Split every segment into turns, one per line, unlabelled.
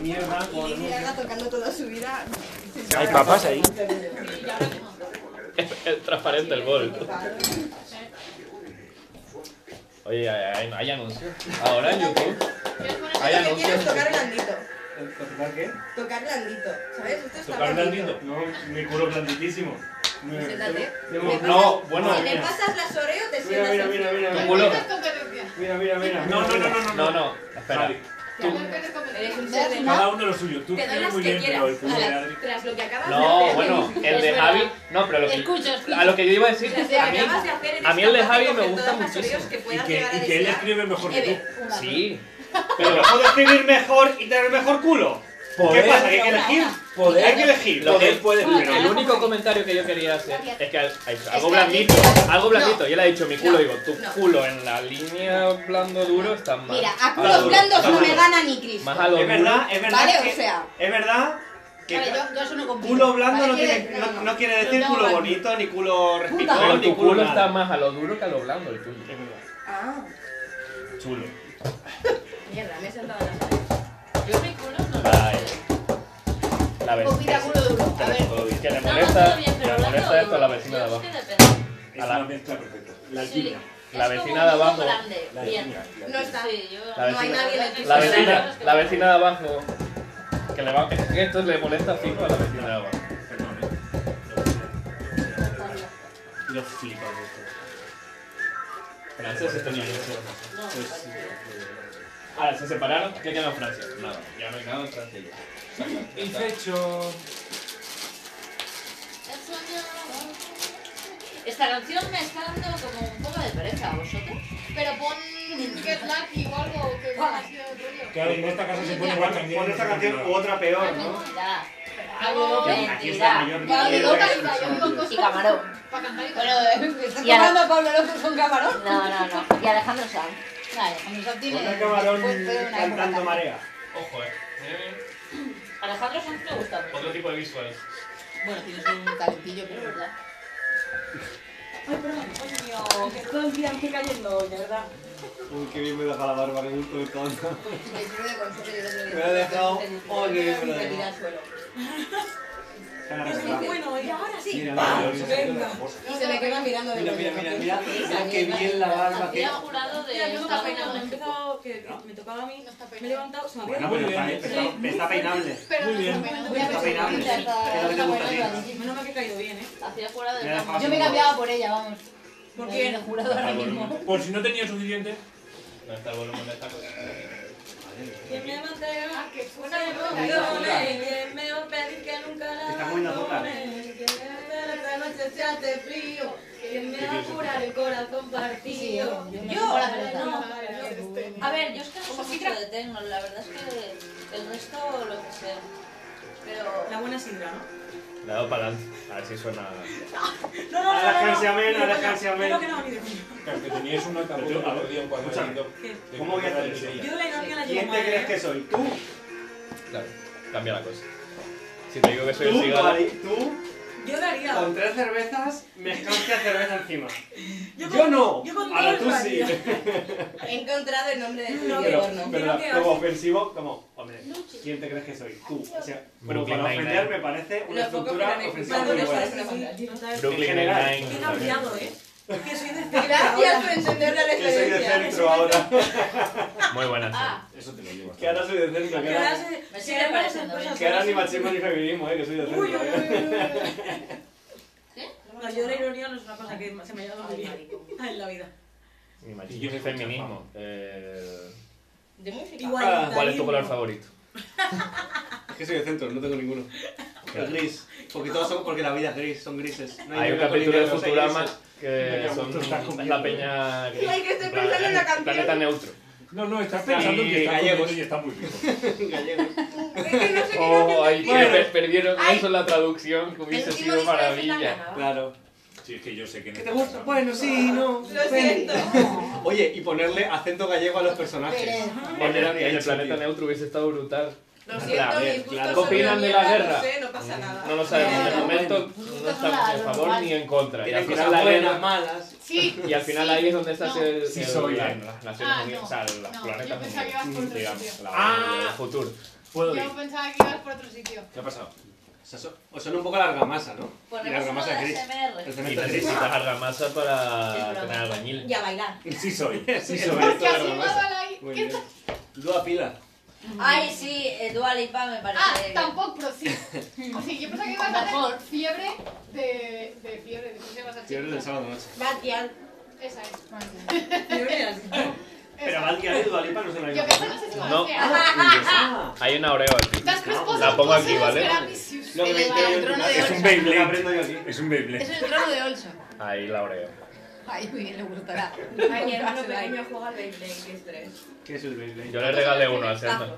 mierda con
Y haga tocando toda su vida.
¿Hay papas ahí?
Es transparente el bol. Oye, hay, hay anuncios. Ahora en YouTube. Hay
Lo que quiero es
anuncios.
tocar blandito.
¿Tocar qué?
Tocar blandito. ¿Sabes? Esto está
Tocar blandito.
No, mi culo plantitísimo.
Siéntate.
Tengo-
No, bueno.
Si le pasas las oreo, te
Mira,
sientas.
mira,
así.
mira, mira.
Tu
mira.
culo.
Mira, mira, mira.
No, no, no, no, no.
No, no, espera.
Vale,
Eres un ser de
Cada uno lo suyo. Tú
Te doy
tienes
las
muy
que
bien,
quieras.
pero el culo
a
de
la-
Adri.
Tras lo que acabas de hacer.
No, bueno, el
Es
de
verdad.
Javi. No, pero lo que,
Escuchas,
a lo que yo iba a decir,
Tras lo que
a mí.
acabas de hacer, eres
a mí el de
capaz
Javi me
coger
gusta
todas las
muchísimo.
Oreos que
Y
puedas
que,
llegar a
y que él
desear.
escribe mejor que tú.
Eve,
Sí.
Pero puedo escribir mejor y tener mejor culo. ¿Qué
Poder.
pasa? ¿Que hay que elegir?
Poder.
Hay que elegir.
Lo que él
Poder.
puede
Pero el único comentario que yo quería hacer es que ha dicho algo
Está
blandito,
bien.
algo blandito.
No.
Y él ha dicho mi culo,
No.
digo, tu
No.
culo en la línea blando duro está mal.
Mira, a
Más
culos
duro,
blandos
está
no
mal.
me gana ni Cristo.
Más a lo
Es verdad, es verdad.
Vale, o
que-
sea.
Es verdad que.
Vale, yo, yo eso no compito.
Culo blando
Vale,
no,
¿quieres?
tiene, no, no quiere decir
No,
culo
vale.
bonito, ni culo respetado,
Pero
ni
tu culo
nada.
está más a lo duro que a lo blando el tuyo.
Ah,
Chulo.
mierda, me he sentado en la sala.
Yo mi culo no lo
Vale. La
compito. Compita
vecina.
culo duro. A ver.
Que le
No, no, todo
molesta, que
bien, pero
le
hablando
molesta esto a la
duro.
vecina de
Yo es
abajo.
que depende.
Es
A la-
una mezcla perfecta. La
Sí,
alquimia.
La
es
vecina
como
de
un
abajo.
culo grande,
La
bien.
alquimia. la
No está.
Sí, yo-
La
No hay
vecina-
nadie en el piso.
La vecina, la vecina de abajo. Que le va, es que esto le molesta fijo a la vecina de abajo.
alquimia. Perdón, ¿eh?
Yo flipo con esto.
Francia se tenía
No,
Ahora, Pues Ah, se separaron. ¿Qué queda en Francia? Nada, ya no hay nada en Francia.
Y fecho.
Esta canción me está dando como un poco de pereza a vosotros.
Pero pon Get Lucky o algo que no ha sido el rollo.
Claro, en esta casa se pone
Bueno,
guaca.
Pon esta canción u otra peor, ¿no?
Mentira.
Hago
Aquí está el
Mentira.
mayor
Pablo
nivel de
López, yo digo
Y
cosas
camarón.
para cantar y
Bueno,
cantar.
¿Estás
Y ahora-
comparando a Pablo López con camarón?
No, no, no. Y Alejandro Sanz.
Vale, cuando se obtiene-
Pon el camarón
fue- fue una época
cantando
tan-
marea.
Ojo, eh.
Alejandro Sanz me gusta mucho.
Otro tipo de visuales.
Bueno, tienes un talentillo, pero verdad.
Que todo el día estoy cayendo, de verdad.
Uy, qué bien me deja la barba, que gusto de todo.
Me sirve de consuelo y de otro día.
Me lo he dejado horrible.
Me tiré al suelo.
Bueno,
Y ahora sí.
Mira,
¡pam!
mira,
Venga. Y se me queda mirando de
Mira, mira,
coño,
mira,
¿no?
mira, mira qué bien la barba que...
Había jurado de.
Mira, yo nunca
Estado
he peinado, me he
Unidos.
empezado, que me tocaba a mí, me he levantado, se me ha
Bueno, pero está, está, está peinable.
Pero
Muy bien.
no está
Voy
Está
a ver si me
peinable.
gusta
Es lo que te gusta a ti.
Menos mal que he caído bien, ¿eh?
Hacía jurado
Me ha
de.
dejado
Yo me cambiaba por ella, vamos.
¿Por
Me he
qué?
jurado ahora mismo.
Por si no tenía suficiente.
No está el volumen de esta cosa.
Que me mantenga, que
suena de boca,
me
¿no?
abandone, que me va a pedir que nunca la
Está comiendo azúcar.
abandone, que me la esta noche se hace frío, que me va a curar el corazón partido.
Yo,
Yo,
yo,
no, no,
no.
no.
A ver, yo es que no soy mucho de tecno, la verdad es que el resto lo que sea. Pero.
La buena sidra, ¿no?
Le he dado para adelante. A ver si suena.
No, no, no, no,
Aléjense,
no,
amén,
no, no,
aléjense,
no,
amén.
no, que no, ni de coño.
Claro, que teníais una tapón
Pero tú, a ver,
de un cuadradito.
¿Qué?
de
¿Cómo voy a hacer eso?
Yo de la ironía la llevo
¿Quién
mal,
te crees
¿eh?
que soy? ¿Tú?
Claro, cambia la cosa. Si te digo que soy el
¿Tú,
cigarro.
Mari? ¿Tú?
Yo daría.
Con tres cervezas, mezclaste cerveza encima.
Yo,
Yo
con-
no.
Yo con
Ahora
todos
tú sí.
daría.
He encontrado el nombre del
No,
vídeo
Pero,
porno.
pero
Creo que
como
vas-
ofensivo, como, hombre, ¿quién te crees que soy? Tú. O sea, como
Brooklyn
para
Nine-Nine.
ofender me parece una
Los pocos
estructura
que me
ofensiva
recuerdan
muy
eso
buena.
es una
Sí, sí, ¿sabes?
Brooklyn
En general.
Nine-Nine.
Bien cambiado, ¿eh? Que soy de ¿eh?
Gracias por entender la
pues,
Que soy de
referencia.
centro ahora.
Muy buena.
Ah,
Eso te lo llevo.
Que ahora soy de centro. Que ahora,
Me
Me sigue
sigue
pareciendo bien.
que ahora ni machismo ni feminismo, eh, que soy de
Uy, uy, uy,
centro. eh.
uy.
¿qué?
No, yo la ironía no es una cosa que se me haya dado muy bien en la vida.
Ah, Ni
Y yo
machismo
soy
ni feminismo. Eh,
De música.
Igual.
¿Cuál es tu color favorito?
Es que soy de centro, no tengo ninguno.
Claro.
El gris. Porque todos son, porque la vida es gris, son grises. No
Hay un
blanco ni
capítulo de
negro, soy
Futurama
grises.
que
Me
son
gusta estar con
la peña gris.
Ay, que estoy
plan-
pensando en la canción.
Planeta neutro.
No, no, estás pensando
Sí,
que está
gallegos.
comiendo y está muy rico.
Gallegos.
Es que no sé qué
Oh,
canción
ahí
te-
Bueno.
per- perdieron
Ay.
eso en la traducción, que
El
hubiese
último
sido
disfraz es la
maravilla.
nana, ¿va?
Claro.
Sí, es que yo sé que no.
¿Qué te gusta? Pues. Bueno, sí, no.
Lo siento.
Oye, y ponerle acento gallego a los personajes.
En el, en el
Hecho,
planeta
tío.
neutro hubiese estado brutal.
Lo
Claro,
siento,
bien,
mis gustos
claro.
¿Qué
son
opinan
una
de la
mierda,
guerra?
No sé, no pasa nada.
No lo sabemos, de
Claro.
momento no estamos ni a favor ni en contra. Y al
Tienen
final
cosas
la
buenas,
guerra-
malas.
Sí.
y al final ahí es donde se
No.
hace el,
Sí,
el-
soy,
la-
eh.
las
Ah,
Naciones
no.
Unidas, o sea, los
No, yo
planetas
pensaba que
unidos,
ibas por otro
digamos,
sitio.
la,
Ah.
el futuro.
Puedo ir.
Yo pensaba que ibas por otro sitio.
¿Qué ha pasado?
O sea, so- Os suena un poco la argamasa, ¿no?
Pues
Y la
Ponemos uno
argamasa
de
gris.
SMR.
El cemento gris.
Necesitas argamasa para tener albañil.
Y a bailar.
Sí soy.
Sí, sobre
Porque
esto la
así me
argamasa.
va la...
Muy
¿Qué
bien.
tal?
Dua pila.
Ay, sí, eh, Dua Lipa me parece.
Ah,
que-
tampoco, pero sí. O sea, yo pensaba que ibas a tener fiebre de... de fiebre, de cómo se llama esa
Fiebre del
chica.
sábado noche.
Gracias.
Esa es.
Pero
Esa.
Valkyria y Dualipa no son la
Yo
misma.
pensaba que se llamaba
No.
fea.
Ah,
Hay una oreo aquí.
Las tres cosas
La pongo
cosas
aquí, ¿vale?
gravisius.
Lo que me
Eh,
entero yo
el
en tu
trono
casa.
de
Es un
Olsa.
Lo que
Beyblade.
aprendo yo aquí.
Es un Beyblade.
Es el trono de Olsa.
Ahí la oreo.
Ay, muy bien, le gustará.
ah.
Ay, mi hermano pequeño juega al Beyblade, que es tres.
¿Qué es el Beyblade?
Yo le regalé uno a Santa.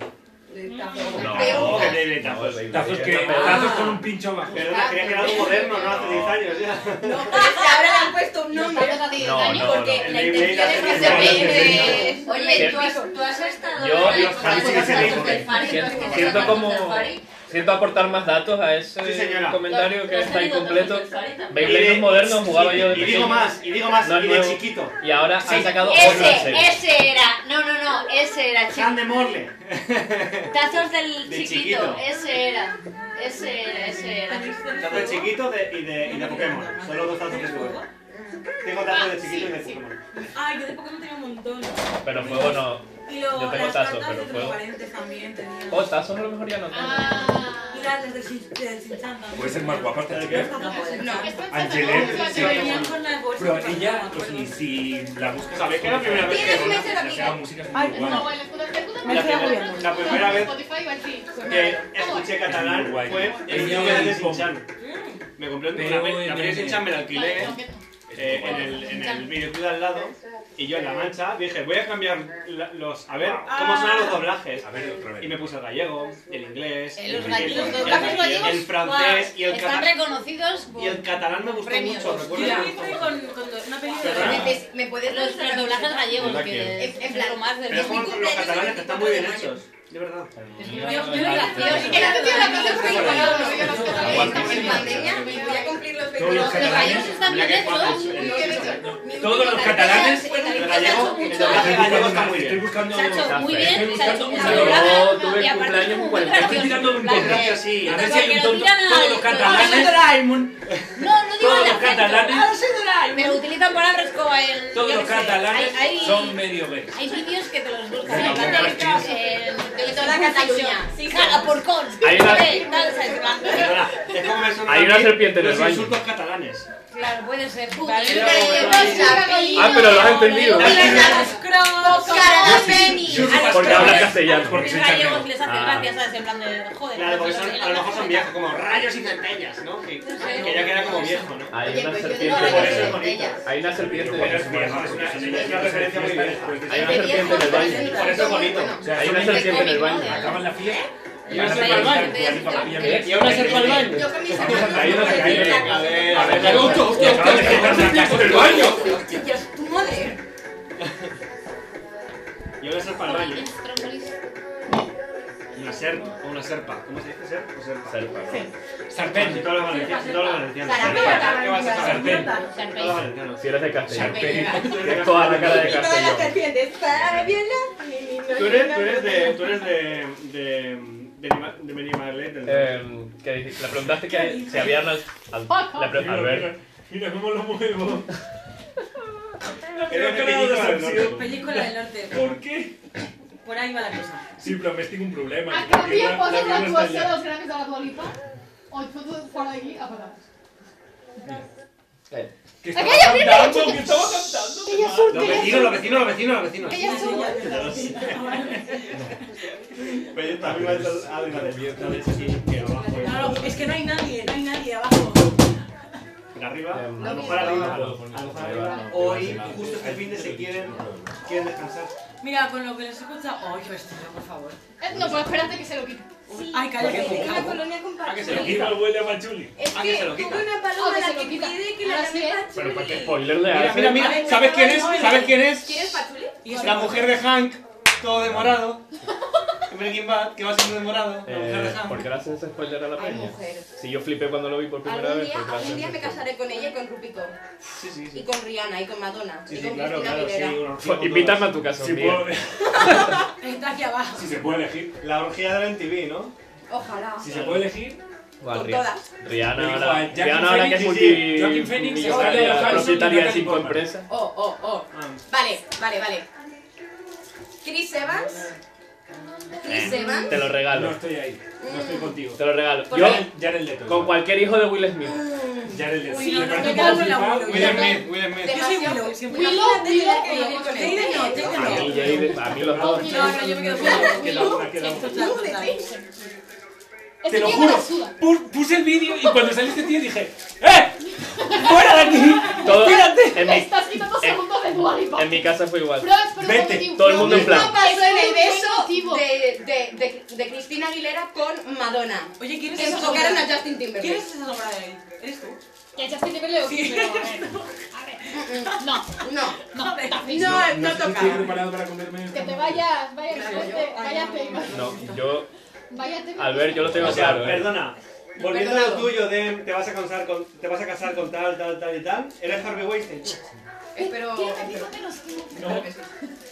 De tajo.
No,
No.
que Beyblade tampoco.
el
Tazos que.
Beyblade.
Tazos con un pincho abajo.
Pero no, creía que era algo moderno, ¿no? Hace 10 años ya.
No, pero es que ahora le han puesto un nombre.
No, no, no.
El
La
Beyblade
intención
hace
es
10
hacer
años.
Beyblade.
Oye, ¿tú has, tú has estado
Yo-
en
yo-
la época de
sí,
los
sí,
tazos
sí,
del
sí.
Fari, tú has
Siento-
estado en
siento
los tazos
como-
del Fari.
Siento aportar más datos a ese
Sí, señora.
comentario
Tú
que
has
está
tenido
incompleto.
tazos del Fari también.
Y
Beyblade
de-
moderno jugaba yo de
Y digo
pequeño.
más, y digo más,
No es
y de
nuevo.
chiquito.
Y ahora
Sí.
han sacado otro en serie.
Ese, ese era. No, no, no, ese era, chico.
Hand de Morle.
Tazos del
De
chiquito,
chiquito.
ese era. Ese era, ese era.
Tazo de chiquito de- y de, y de Pokémon. Son los dos tazos que juego. Tengo tazos de chiquito y de Pokémon.
Ay, yo de Pokémon tenía un montón.
Pero juego no.
Y lo,
Yo tengo
las
tazos,
cartas
pero
de
juego.
transparentes también tenía.
Pues-
Oh, tazos a lo mejor ya no tengo.
Ah.
Y las de Shin- de Shin Chan también.
Puede ser más guapa esta chica.
No, esto
Angelette,
es Santa Claus,
sí,
Pero
Angelette.
venían con las bolsas.
Pero ella, pues y si la buscas.
¿Sabéis que la primera vez que
Tienes
veo
una-
una-
que se haga música es muy
No,
guay.
bueno, escudo- escudo-
La primera-
escudo-
la primera vez-
Spotify o el sí.
que
¿Cómo es?
escuché catalán
guay.
fue
Es
el último
muy
que de
guay.
Sinchan. Me compré un-
Pero
una pe-
en
la película de Sinchan, me la alquilé
Vale, no, que no.
eh, en el, en el videoclub de al lado y yo en la mancha dije voy a cambiar la- los a ver cómo son los doblajes.
A ver, otra
Y me
vez.
puse el gallego, el inglés,
Eh, los
el-
gallegos,
el-
los
el-
doblajes gallegos,
el francés y el,
Están
catalán
reconocidos por...
y el catalán me gustó
Premios.
mucho,
Yo la
¿recuerdas?
hice con, con do- una película de...
Pero-
Neces- ¿Me puedes los, los doblajes gallegos?
¿Verdad
Que
que-
es, es lo más del
Pero es como
mundo.
los catalanes que están muy bien hechos, de verdad.
Yo sí que la verdad-
Pero tú tienes la cosa muy colada, ¿no? Yo los catalanes
Aguanta,
En
sí.
Valdeña,
Y voy a cumplir los
Todos los
Los gallegos
catalanes.
están bien
Mira que
hechos.
fácil,
muy bien hechos.
Todos los catalanes.
El gallego, el doblaje gallego está muy
Estoy
bien.
buscando.
Sacho, muy bien.
Estoy
Sacho,
buscando
un
un
saludo.
doblaje.
Yo tuve
Y aparte es
cumpleaños
muy
con el-
gracioso,
Estoy tirando un
cumpleaños.
doblaje.
sí.
A ver si hay un
Porque lo
tonto.
tiran
Todos
al-
los catalanes.
Doraemon.
No, no
Todos
digo el
los
acento.
catalanes.
Pero utilizan palabras como el...
Todos
yo
los
qué sé,
catalanes
hay- hay-
son medio gays.
Hay vídeos que te los buscan
Venga,
en
venga,
Cataluña.
sí.
En toda Cataluña.
Sí,
Caga por con.
Hay una-
Eh, tal, ¿sabes?
Perdona, es como me suena
Hay
a
una
mí
serpiente en el
los
baño.
insultos catalanes.
Claro, puede ser. Puto.
Ah, pero lo has entendido. Porque hablas castellano.
Porque soy
gallegos
carnero.
les hace
Ah.
gracia, ¿sabes? En plan de, joder.
Claro, porque son, a
nosotros
lo mejor son
en
viejos, como rayos y centellas, ¿no? Que, que ya queda como viejo, ¿no?
Hay
pues,
digo que
una
por eso es
serpiente.
bonito.
Hay una serpiente.
Pero es viejo, es una, es una referencia muy vieja.
Hay una serpiente en el baño.
Por eso es bonito.
O sea,
Hay una
son-
serpiente en el baño.
Acaban la fiesta.
Y una serpiente al baño. ¿Y ahora se fue al baño?
Yo con mis hermanos
Hay una
me
serpiente.
metí en la
A ver,
casa.
a ver.
hostia, acaban de quitar la casa del baño.
Hostias, tu madre.
Y ahora es para el baño.
Estrópolis.
Una serpa, o una serpa. ¿Cómo se dice serp o serpa?
Serpa, ¿no?
Serpente. Todos los valencianos. Todos los valencianos.
Carapela,
¿Qué vas a saber?
carapela.
Todos los valencianos.
Si eres de Castellón.
Tienes
Toda la cara de
Y todas las
Castellón.
serpientes. Para violar, ni- ni- no-
Tú eres, tú eres de... Tú eres de... De... De, Nima- de Mary Marley, del-
Eh, que dijiste- le preguntaste que si había al,
Oh,
al, le pre- al ver.
Mira cómo lo muevo.
Eres de Peñícola del Norte.
Película del norte.
¿Por qué?
Por ahí va la cosa.
Sí, pero me tengo un problema.
A
La
cambio,
viola-
vosotros
la viola
vosotros
está allá.
grandes de la Dua Lipa, hoy todos por aquí apagados.
Eh,
Que estaba
Aquella mierda,
cantando,
chica.
que estaba cantando.
Ella es un-
Los vecinos, los vecinos, los vecinos, los vecinos.
ella es un-
Pero yo también voy a estar- ah, venga, de mierda, de aquí, que abajo, eh.
Claro, es que no hay nadie, no hay nadie abajo.
De arriba, a
Em,
lo mejor arriba, a lo mejor arriba. Hoy,
no.
justo este fin de se quieren, quieren descansar.
Mira, con lo que les he escuchado. Ay, vestido, por favor.
Eh, No, pero espérate que se lo quite.
Ay, cállate.
En la colonia compartida.
¿A que se
Pero
lo
quita
quita?
el huele a machuli.
Es
Ah,
que,
que se lo quita.
tuve una
Ah,
paloma
que se
a la
lo
que
quita.
pide que la
Ahora sí
llame
es.
Pero para qué
Pachuli.
spoiler le eh,
Mira,
haces.
mira, mira, ¿sabes quién es? ¿Sabes quién es?
¿Quieres Pachuli?
La mujer de Hank, todo de morado.
Breaking Bad, que va a ser demorado. La mujer de
Eh,
Sam.
¿Por qué le hacen ese spoiler a la
Ay,
peña?
mujer.
Si yo flipé cuando lo vi por primera
Algún
vez, pues
día,
¿por qué le
algún
hacen
día me
ese spoiler?
casaré con ella y con Rupico.
Sí, sí,
Y
sí.
con Rihanna y con Madonna.
Sí,
y
sí,
con
Claro,
Cristina
claro, sí.
Aguilera.
una orgía
Pues
con
Invítame
todas.
a tu casa
Si
un día.
puedo-
Está aquí abajo.
si se puede elegir.
La orgía de la MTV, ¿no?
Ojalá.
Si se puede elegir.
Buah,
con
Ria-
todas.
Rihanna
Dijo a
ahora,
Joaquin
Rihanna ahora que es
Phoenix, sí, sí. Joaquin Phoenix, Scarlett
multimillonaria,
Johansson y
propietaria de
Natalie
cinco
Portman.
empresas.
Oh, oh, oh. Vale, vale, vale. Chris Evans. Chris Evans.
Te lo
No
regalo,
estoy ahí. No
Mm.
estoy contigo.
te lo regalo.
Por
Yo,
ahí.
Jared Leto.
con cualquier hijo de Will Smith.
Jared Leto.
Uy, no,
Me
no,
parece
me
un
cago
poco
en la
flipado.
Willow.
Will Smith, Will Smith.
Demasiado.
Willow,
Imagínate
Willow,
tener que
Willow,
vivir con
Jade,
él.
no, Jade,
A mí, Jade- a mí los dos.
No, no, yo me quedo
Que la- la- que la-
con Willow de Jade.
Te
Este
lo
tío me
juro.
la suda.
pu- Puse el vídeo y cuando salió este tío dije ¡Eh! ¡Fuera de aquí!
Todo, en, mi,
Estás quitando
en-
segundos de Dualipa.
en mi casa fue igual.
Vete,
todo el mundo en plan.
No pasó en el beso de, de, de, de Cristina Aguilera con Madonna.
Oye, ¿quién es
Que
esa
enfocaron a
sombra?
Justin
¿Quién
Timberlake.
es esa sombra de ahí? ¿Eres tú?
Ya echaste de verle sí. pero a ver. A ver. No,
No,
no, está feliz.
no,
No
no
sé si estoy
toca.
preparado para comerme
Que te vayas, vayas,
Claro, yo-
vete,
ay,
váyate,
no,
váyate.
No, yo,
Váyate.
Albert, yo lo tengo
O sea,
claro, ¿eh?
perdona. Volviendo a lo
Perdonado.
tuyo de te vas a casar con te vas a casar con tal tal tal y tal, eres Harvey Weinstein.
Espero.
¿Qué me dijo que nos tiene?
No,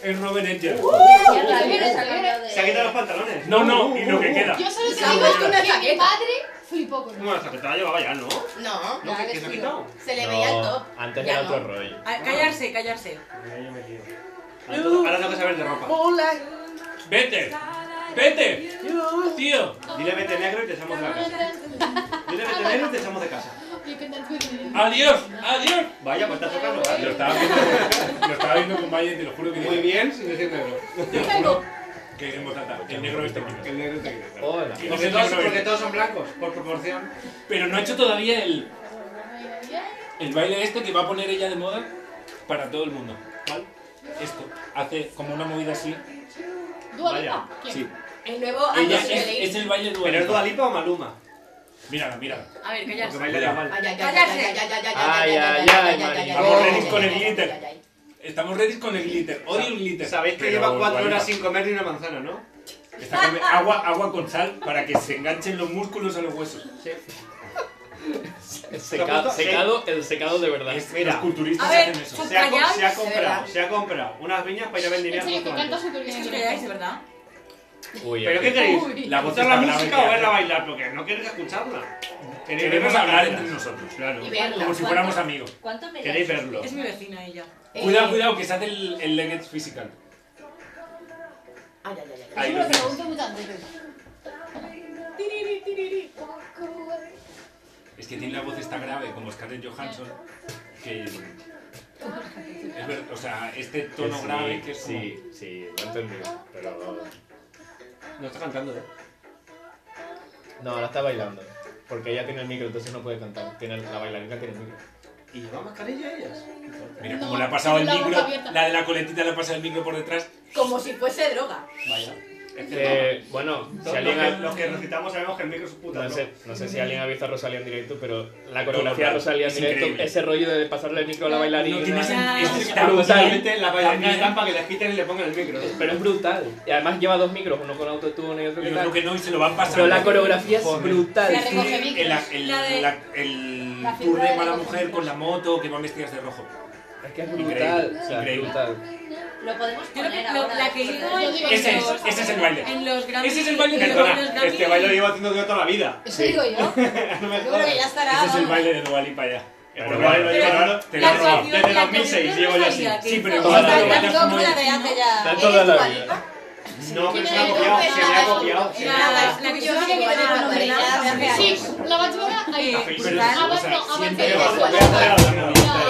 es Robert Edger.
Ya
Albert,
tienes
Albert.
hablado de-
Se ha quitado los pantalones.
No, no, y lo que queda.
Yo solo te
Se
digo
ha puesto una
que mi
chaqueta.
padre flipó con él.
Bueno, hasta que te la llevaba ya, ¿no?
No,
No,
ya
que- que se ha
desfilo.
quitado.
Se le veía el top.
no, antes
Ya
era
no.
otro rollo.
Ah, Callarse, callarse.
Ahora tengo que saber de ropa.
¡Vete! ¡Vete! ¡Tío!
Dile vete negro y te echamos de la casa. Dile vete negro y te echamos de casa.
Y que tal fue?
¡Adiós! ¡Adiós!
Vaya, pues te ha tocado.
Lo
vale.
estaba viendo, lo estaba viendo con Valle, te lo juro que
Muy bien, sin decir negro.
Te lo juro que en voz alta, el negro este
Que El negro te quita.
Hola.
Y no sé
Porque
el
todos,
negro
porque
este.
todos son blancos, por proporción.
Pero no ha hecho todavía el, el baile este que va a poner ella de moda para todo el mundo. ¿Vale? Esto. Hace como una movida así.
Dualipa.
Sí.
El nuevo
Ah,
Ella
Antes de
es, es el baile
¿Pero es
dual.
Dualipa o Maluma?
Mírala, mírala.
A ver,
Porque
callarse.
baila igual.
Estamos ready con el glitter. Odio el glitter.
Sabéis que
Pero
lleva cuatro
Dua
horas
Lipa.
sin comer ni una manzana, ¿no?
Está come- agua, agua con sal para que se enganchen los músculos a los huesos.
Seca- secado, el secado de verdad.
Es-
Mira.
los culturistas
A ver,
hacen eso.
son-
Se ha, co-
Callaos,
se ha
de
comprado,
verdad.
se ha comprado unas viñas para ir a
En
vender
serio, que canta súper
Es
bien.
que os calláis, de verdad.
Uy,
¿Pero
aquí-
qué queréis?
Uy.
La voz
¿Escuchar
está
la
grave,
música
tía.
o verla bailar? Porque no queréis escucharla. Queréis
Queremos
verla
hablar
bailar.
entre nosotros, claro.
Y verla.
Como si fuéramos amigos.
¿Cuánto me
Queréis
das?
verlo.
Es mi vecina ella.
Cuidado, cuidado, que se hace el, el legged physical.
Yo
Ahí
me
lo
lo
tienes.
pregunto muchas veces. Tiriri, tiriri.
Es que tiene la voz esta grave, como Scarlett Johansson. Que. Es ver- o sea, este
que
tono grave que es. como-
Sí, sí, lo he entendido. Pero.
No está cantando, ¿eh?
No, ahora está bailando. Porque ella tiene el micro, entonces no puede cantar. Tiene, la bailarina tiene el micro.
¿Y lleva mascarilla ellas?
Mira
No,
cómo le ha pasado el
tiene la boca
micro.
abierta.
La de la coletita le ha pasado el micro por detrás.
Como si fuese droga.
Vaya. Es que.
Eh, bueno, si
Todos los
alguien
que,
ha,
los que recitamos sabemos que el micro es un puta.
no,
¿no?
sé, no sé si alguien ha visto a Rosalía en directo, pero la
Todo,
coreografía
claro.
de Rosalía en
Es
directo,
increíble.
ese rollo de pasarle el micro a la bailarina.
No tiene
Ya.
Pues
sentido.
Es
Es tan
brutal.
bien.
la bailarina de trampa que les quiten y le pongan el micro.
Pero es brutal. Y además lleva dos micros, uno con autotune y otro
Yo
con
creo
tal.
que no, y se lo van pasando.
Pero la coreografía es
Joder.
brutal.
La recoge micros.
El, el,
La de-
la- el
la figura
tour de
de
mala
la
mujer con la moto que van vestidas de rojo.
Es que es
Increíble,
brutal. O sea, es
increíble.
brutal.
Lo podemos
Yo lo que-
poner
lo-
ahora.
la que digo
Yo
en
digo
los-
Ese es, ese es el baile.
en los Grammy.
Ese es el baile.
en los-
Perdona,
en los Grammy-
este baile lo llevo haciendo yo toda la vida.
Eso digo yo.
No me
Yo creo que
jodas.
ya estará.
Ese es el
vamos.
baile de Dualipa ya.
Pero igual lo llevo haciendo-
te lo
La
he robado.
actuación-
Desde
la
2006
actuación
llevo yo
de
así.
Rosalía, que
Sí, pero
hizo-
toda
Está
la
en
vida
la
es como
copla
el-
de hace ya-
Está toda la
igualita.
vida.
No, pero se me ha
¿Quién es?
copiado, se me ha
Nada,
copiado, se me ha copiado.
nada.
La que
Yo
hizo
sé que
la
vale
novelada,
novelada,
la
pero-
Sí,
real.
la bachora ahí.
Eh,
Pero,
brutal.
o sea,
Avanzo,
siempre
Voy a-
avanzo.
vas-
voy a hacer a la
Ya,
señora.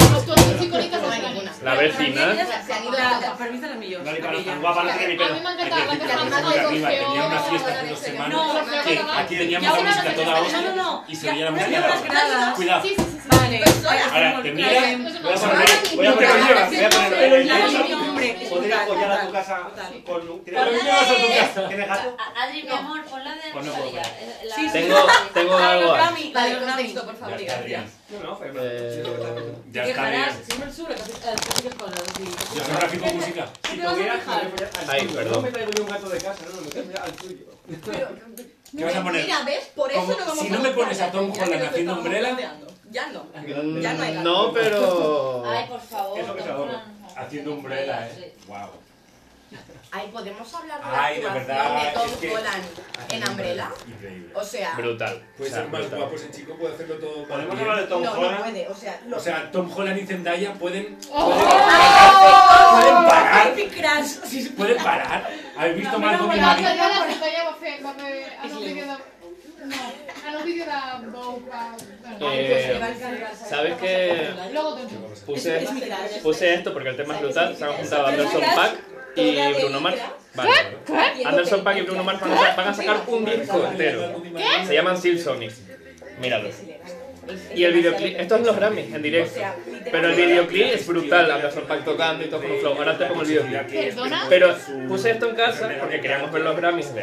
Las dos icónicas de España.
La vecina.
Se han ido
La-
todas.
Para mí están los millos.
Dale para
aquella.
tan guapa, no tiene ni
A mí
pelo.
me ha encantado la
Aquí
caja
teníamos
de
una
Ay,
arriba,
Orfeo.
tenía una fiesta hace dos
No,
semanas.
Orfeo
Que
catalán.
aquí teníamos
Ya,
una
una
música
noche
toda
especial. No, no,
hostia
no.
y se
Ya,
veía la
no,
música.
no, las
abajo.
gradas.
Cuidado.
Sí, sí, sí, sí.
Vale.
Personas.
Ahora, te
Mira,
miras.
eso
Voy a
pues, no-
poner, voy a poner, voy a
Ahora mismo,
poner- voy
ahora
a poner- voy a
mismo,
La
poner-
niña, hombre. Vale,
Podría
total,
apoyar a tu
total,
casa
total.
con un.
Pero
¿Tienes
no vas a tu casa.
tienes gato?
A- Adri, mi amor, pon la de
Pues no puedo
Rosalía. eh, la-
Sí, sí.
la
Tengo-
de-
tengo
Para
algo.
los
ahí.
Grammy, para
Vale,
los Grammy.
contexto, por favor,
Ya está
diga.
bien.
No, no, fue
Eh,
Ya está
Fijarás,
bien.
si no el sur, el capi- el capital con los-
Yo soy gráfico música.
Si
te vas a
tuviera,
fijar?
me voy a- al
Ay,
tuyo.
perdón.
No me traigo yo un gato de casa, no, me traigo al tuyo.
¿Qué vas a poner?
Mira, ¿ves? Por eso
Como-
no vamos
si
a
no me
comprar.
pones a Tom
Ya
Holland
creo que
haciendo
estamos
Umbrella-
planteando. Ya no. Ya no hay gato.
No, pero.
Ay, por favor.
Eso que se
Tom
adora.
Holland, no.
Haciendo umbrella, eh. Wow.
Ay, podemos hablar de
Ay, de
la
verdad,
actuación de Tom
es que-
Holland en Umbrella.
Increíble.
O sea,
Brutal.
Puede
O sea,
ser más
brutal.
guapo ese chico, puede hacerlo todo más
Podemos
bien.
hablar de
no,
Tom
no
Holland.
puede. O sea, lo-
O sea, Tom Holland y Zendaya pueden.
¡Oh!
parar?
Baby Crash.
Sí, sí, pueden parar. ¿Habéis visto
No,
más
no,
Malcolm
no,
y
no,
Marie?
Bueno, yo ya las estoy a fe, porque han ofrecido... No, han ofrecido a Boca...
Ay,
Eh,
pues le va a encargar,
Eh, ¿Sabes qué?
Luego te enseño.
Puse,
Es mi crash.
puse esto porque el tema es brutal. Se han juntado Anderson Paak y Bruno Mars. Vale. Anderson Paak y Bruno Mars van a, van a sacar un disco entero. Se llaman Seal Sonic. Míralo. Y el videoclip, esto es los Grammys en
O
directo.
sea,
Pero el videoclip es brutal, Anderson Paak tocando y todo con un flow. Ahora te pongo el videoclip.
¿Perdona?
Pero puse esto en casa porque queríamos ver los Grammys de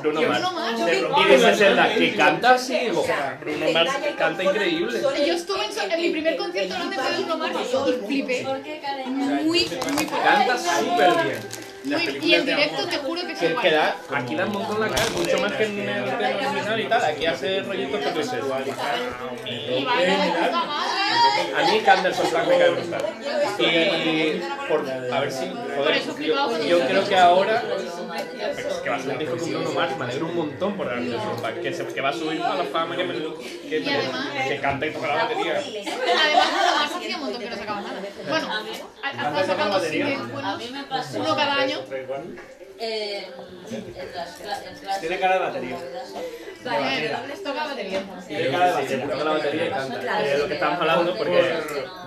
Bruno, Bruno Mars. Y dice Zelda que canta así, digo, Bruno Mars que canta increíble.
Yo estuve en, su- en mi primer concierto en antes de Bruno Mars y flipé.
¿Por qué, cariño?
Muy, muy
Canta súper bien.
Muy, y en directo te juro que es
Que,
igual.
que da, aquí da un montón la cara, mucho más que en el tema original y tal. Aquí hace rollitos que tú dices.
Y baila de puta madre.
A mí Canderson Pack me cae brutal. Y por, a ver si.
Por eso
Joder,
flipaba
yo,
cuando
yo
me
creo que
dijeron.
ahora. Pero es que va a ser un disco con Bruno Mars, me alegro un montón por Anderson Pack. Que, se- que va a subir a la fama que, me, que, me- que canta y toca la batería.
Además, Bruno Mars hacía un montón que no sacaba nada. Bueno, ha ha estado sacando singles
A
buenos,
mí me pasó
uno cada año.
eh, en las cla- en clase.
Tiene cara de batería.
Vale, les toca batería.
Tiene cara de
Sí,
batería.
toca la batería y canta. Eh, lo que estábamos hablando, porque.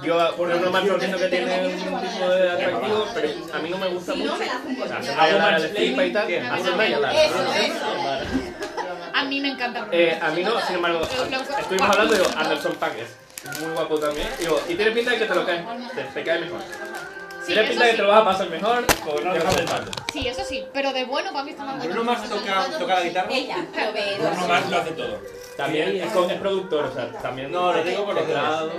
Yo, por Bruno Mars lo entiendo que tiene un tipo de atractivo, pero a mí no me gusta
Si no,
mucho.
me la zumbo
O sea,
yo.
se me ha la flipa y tal. A Zendaya la-
Eso, eso.
A mí me encanta Bruno
Eh,
Mars.
a mí no, sin embargo, estuvimos hablando, digo, Anderson Paak es muy guapo también. Digo, y tiene pinta de que te lo caes, te, te cae mejor.
Sí,
Tiene pinta de que te lo
eso
vas a pasar mejor con no dejar del mando.
sí, sí, eso sí, pero de bueno para mí está más bueno.
Bruno Mars toca, toca la guitarra.
Ella, proveedora.
Bruno Mars lo hace todo.
También es, co- es productor, o sea, también.
No, lo tengo por los
teclado.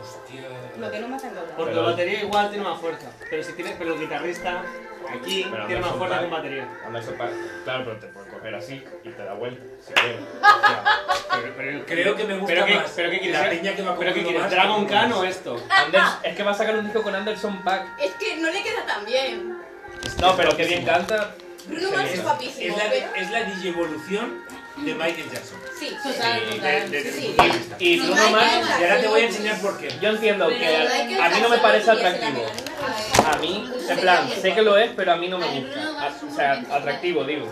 Hostia.
Lo que no me hacen contar.
Porque la batería igual tiene más fuerza. Pero si tienes, pero el guitarrista aquí
Pero
tiene más
Anderson
fuerza
Paak.
que un batería.
Anderson Paak, claro, pero te puede coger así y te da vuelta, si quieres.
Pero, pero-
Creo que me gusta
pero que-
más
pero que quieres
la
ser-
peña que va con
pero que
Bruno
quieres,
Mars.
Dragon Khan o esto.
Anders- es que va a sacar un disco con Anderson Paak.
Es que no le queda tan bien.
No, pero que bien canta.
Bruno Mars es guapísimo,
Es la,
pero...
es la digievolución de Michael Jackson.
Sí,
Total,
De-
total.
de- de-
Sí.
Y
No,
Bruno
Michael
Mars,
Y ahora te voy a enseñar por qué.
yo entiendo
Pero
que a mí no me parece atractivo. A mí, en plan, sé que lo es, pero a mí no me gusta. A- o sea, atractivo, digo.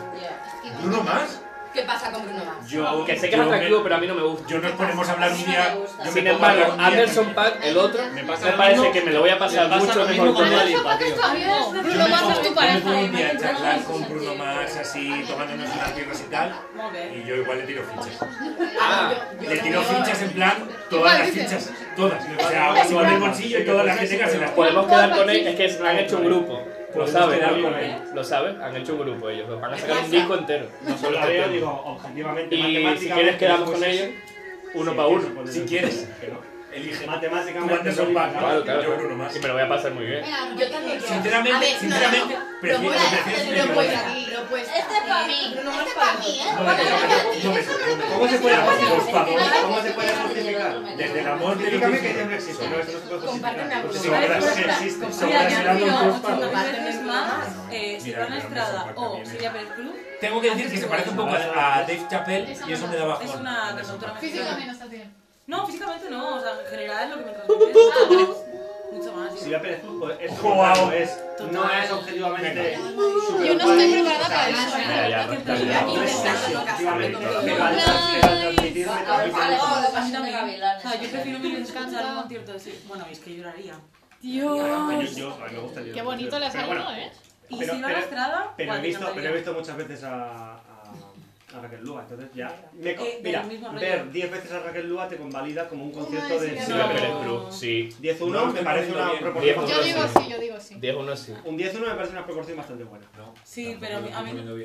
¿Bruno más?
¿Qué pasa con Bruno Mars?
Yo,
Que sé que es
yo
atractivo,
me-
pero a mí no me gusta.
Yo nos ponemos a hablar un día. yo
Sin
me pongo a hablar
embargo,
un día-
Anderson Pack, el otro, me
pasa lo
parece
mismo-
que me lo voy a pasar
me pasa
mucho
lo
mejor
mismo
con
con
él.
Nelly.
Yo
Bruno
me pongo,
Mars es tu
yo me pongo
pareja.
un día a charlar con Bruno Mars así, tomándonos unas birras y tal,
Molt bé.
y yo igual le tiro fichas.
Ah,
Le tiro fichas en plan,
Igual
todas las
dices.
fichas, todas. O sea, o se va en el bolsillo y todas las que tengas se las pones.
podemos quedar con él, es que han hecho un grupo. Lo
Podemos
saben,
quedar
¿no?
con él.
lo saben, han hecho un grupo ellos. Lo Van a sacar un
pasa?
disco entero. no solo
La
este
veo,
tema.
digo, objetivamente,
Y si
matemáticamente,
quieres, quedamos
pues,
con ellos, uno para
quieres,
uno.
pues,
Si quieres.
que no.
Elige.
Matemáticamente.
Tú Anderson Paak,
Claro,
yo
claro.
Bruno Mars.
Y me lo voy a pasar muy bien.
Yo también quiero.
Sinceramente,
A ver, no,
sinceramente,
no, no.
prefiero-
Propuesta,
prefiero-
propuesta, propuesta.
Este es para mí,
Bruno Mars
este
para
para mí,
mí.
¿eh?
No, no, no, no, no, no, no.
¿Cómo se puede justificar?
Por favor.
¿Cómo se
Este
puede justificar?
Desde el amor de
Dígame Pues que siempre existe, no, eso no se puede
Comparte una
justificar.
cosa.
Pues seguro que
Seguro que existe, seguro
Mira,
que
yo
será
digo,
un
ocho
culpable.
veces más,
no, no.
eh,
Mira,
Silvana
mira,
Estrada
Rafa,
o
bien.
Silvia Pérez Cruz
Tengo que decir que se parece un poco a a Dave Chappelle y eso me da
es
bajón.
una cantautora
Físicamente
mexicana.
está bien.
No, físicamente no, o sea, en general es lo que me transmite. Mucho más.
Si la Pérez Cruz, pues, es
Guau.
no es, no es objetivamente. super
Yo no
guay.
estoy
O
preparada
sea,
para eso.
Ya, ya, no, ya, ya.
No es sexy, objetivamente, pero al pero al pues, transmitirme
A ver,
transmite
vale,
algo.
vamos, pasión de gavilanes.
O sea, yo prefiero mil veces escuchar un concierto de Silvia. Bueno, es que lloraría.
Yo- yo- a mí me gusta el
Qué
video.
bonito le ha
Pero
salido,
bueno,
¿eh?
Y
Pero-
Silvana
pero-
Estrada,
Pero he
guau, me
visto, pero he
encantaría.
visto muchas veces a, a, a Raquel Lúa. Entonces ya.
Eh,
Te co-
del
mira,
mismo
ver
rollo.
10 veces a Raquel Lúa te convalida como un concierto
Una de
de
Silvia
Silvia
Silvia
Pérez
Pérez.
Cruz, sí.
10-1
No,
me parece una
bien.
proporción.
Diez
Yo
bastante-
digo sí, yo digo sí.
10-1 sí.
Un 10-1 me parece una proporción bastante buena.
Sí, pero a mí, a mí no, no me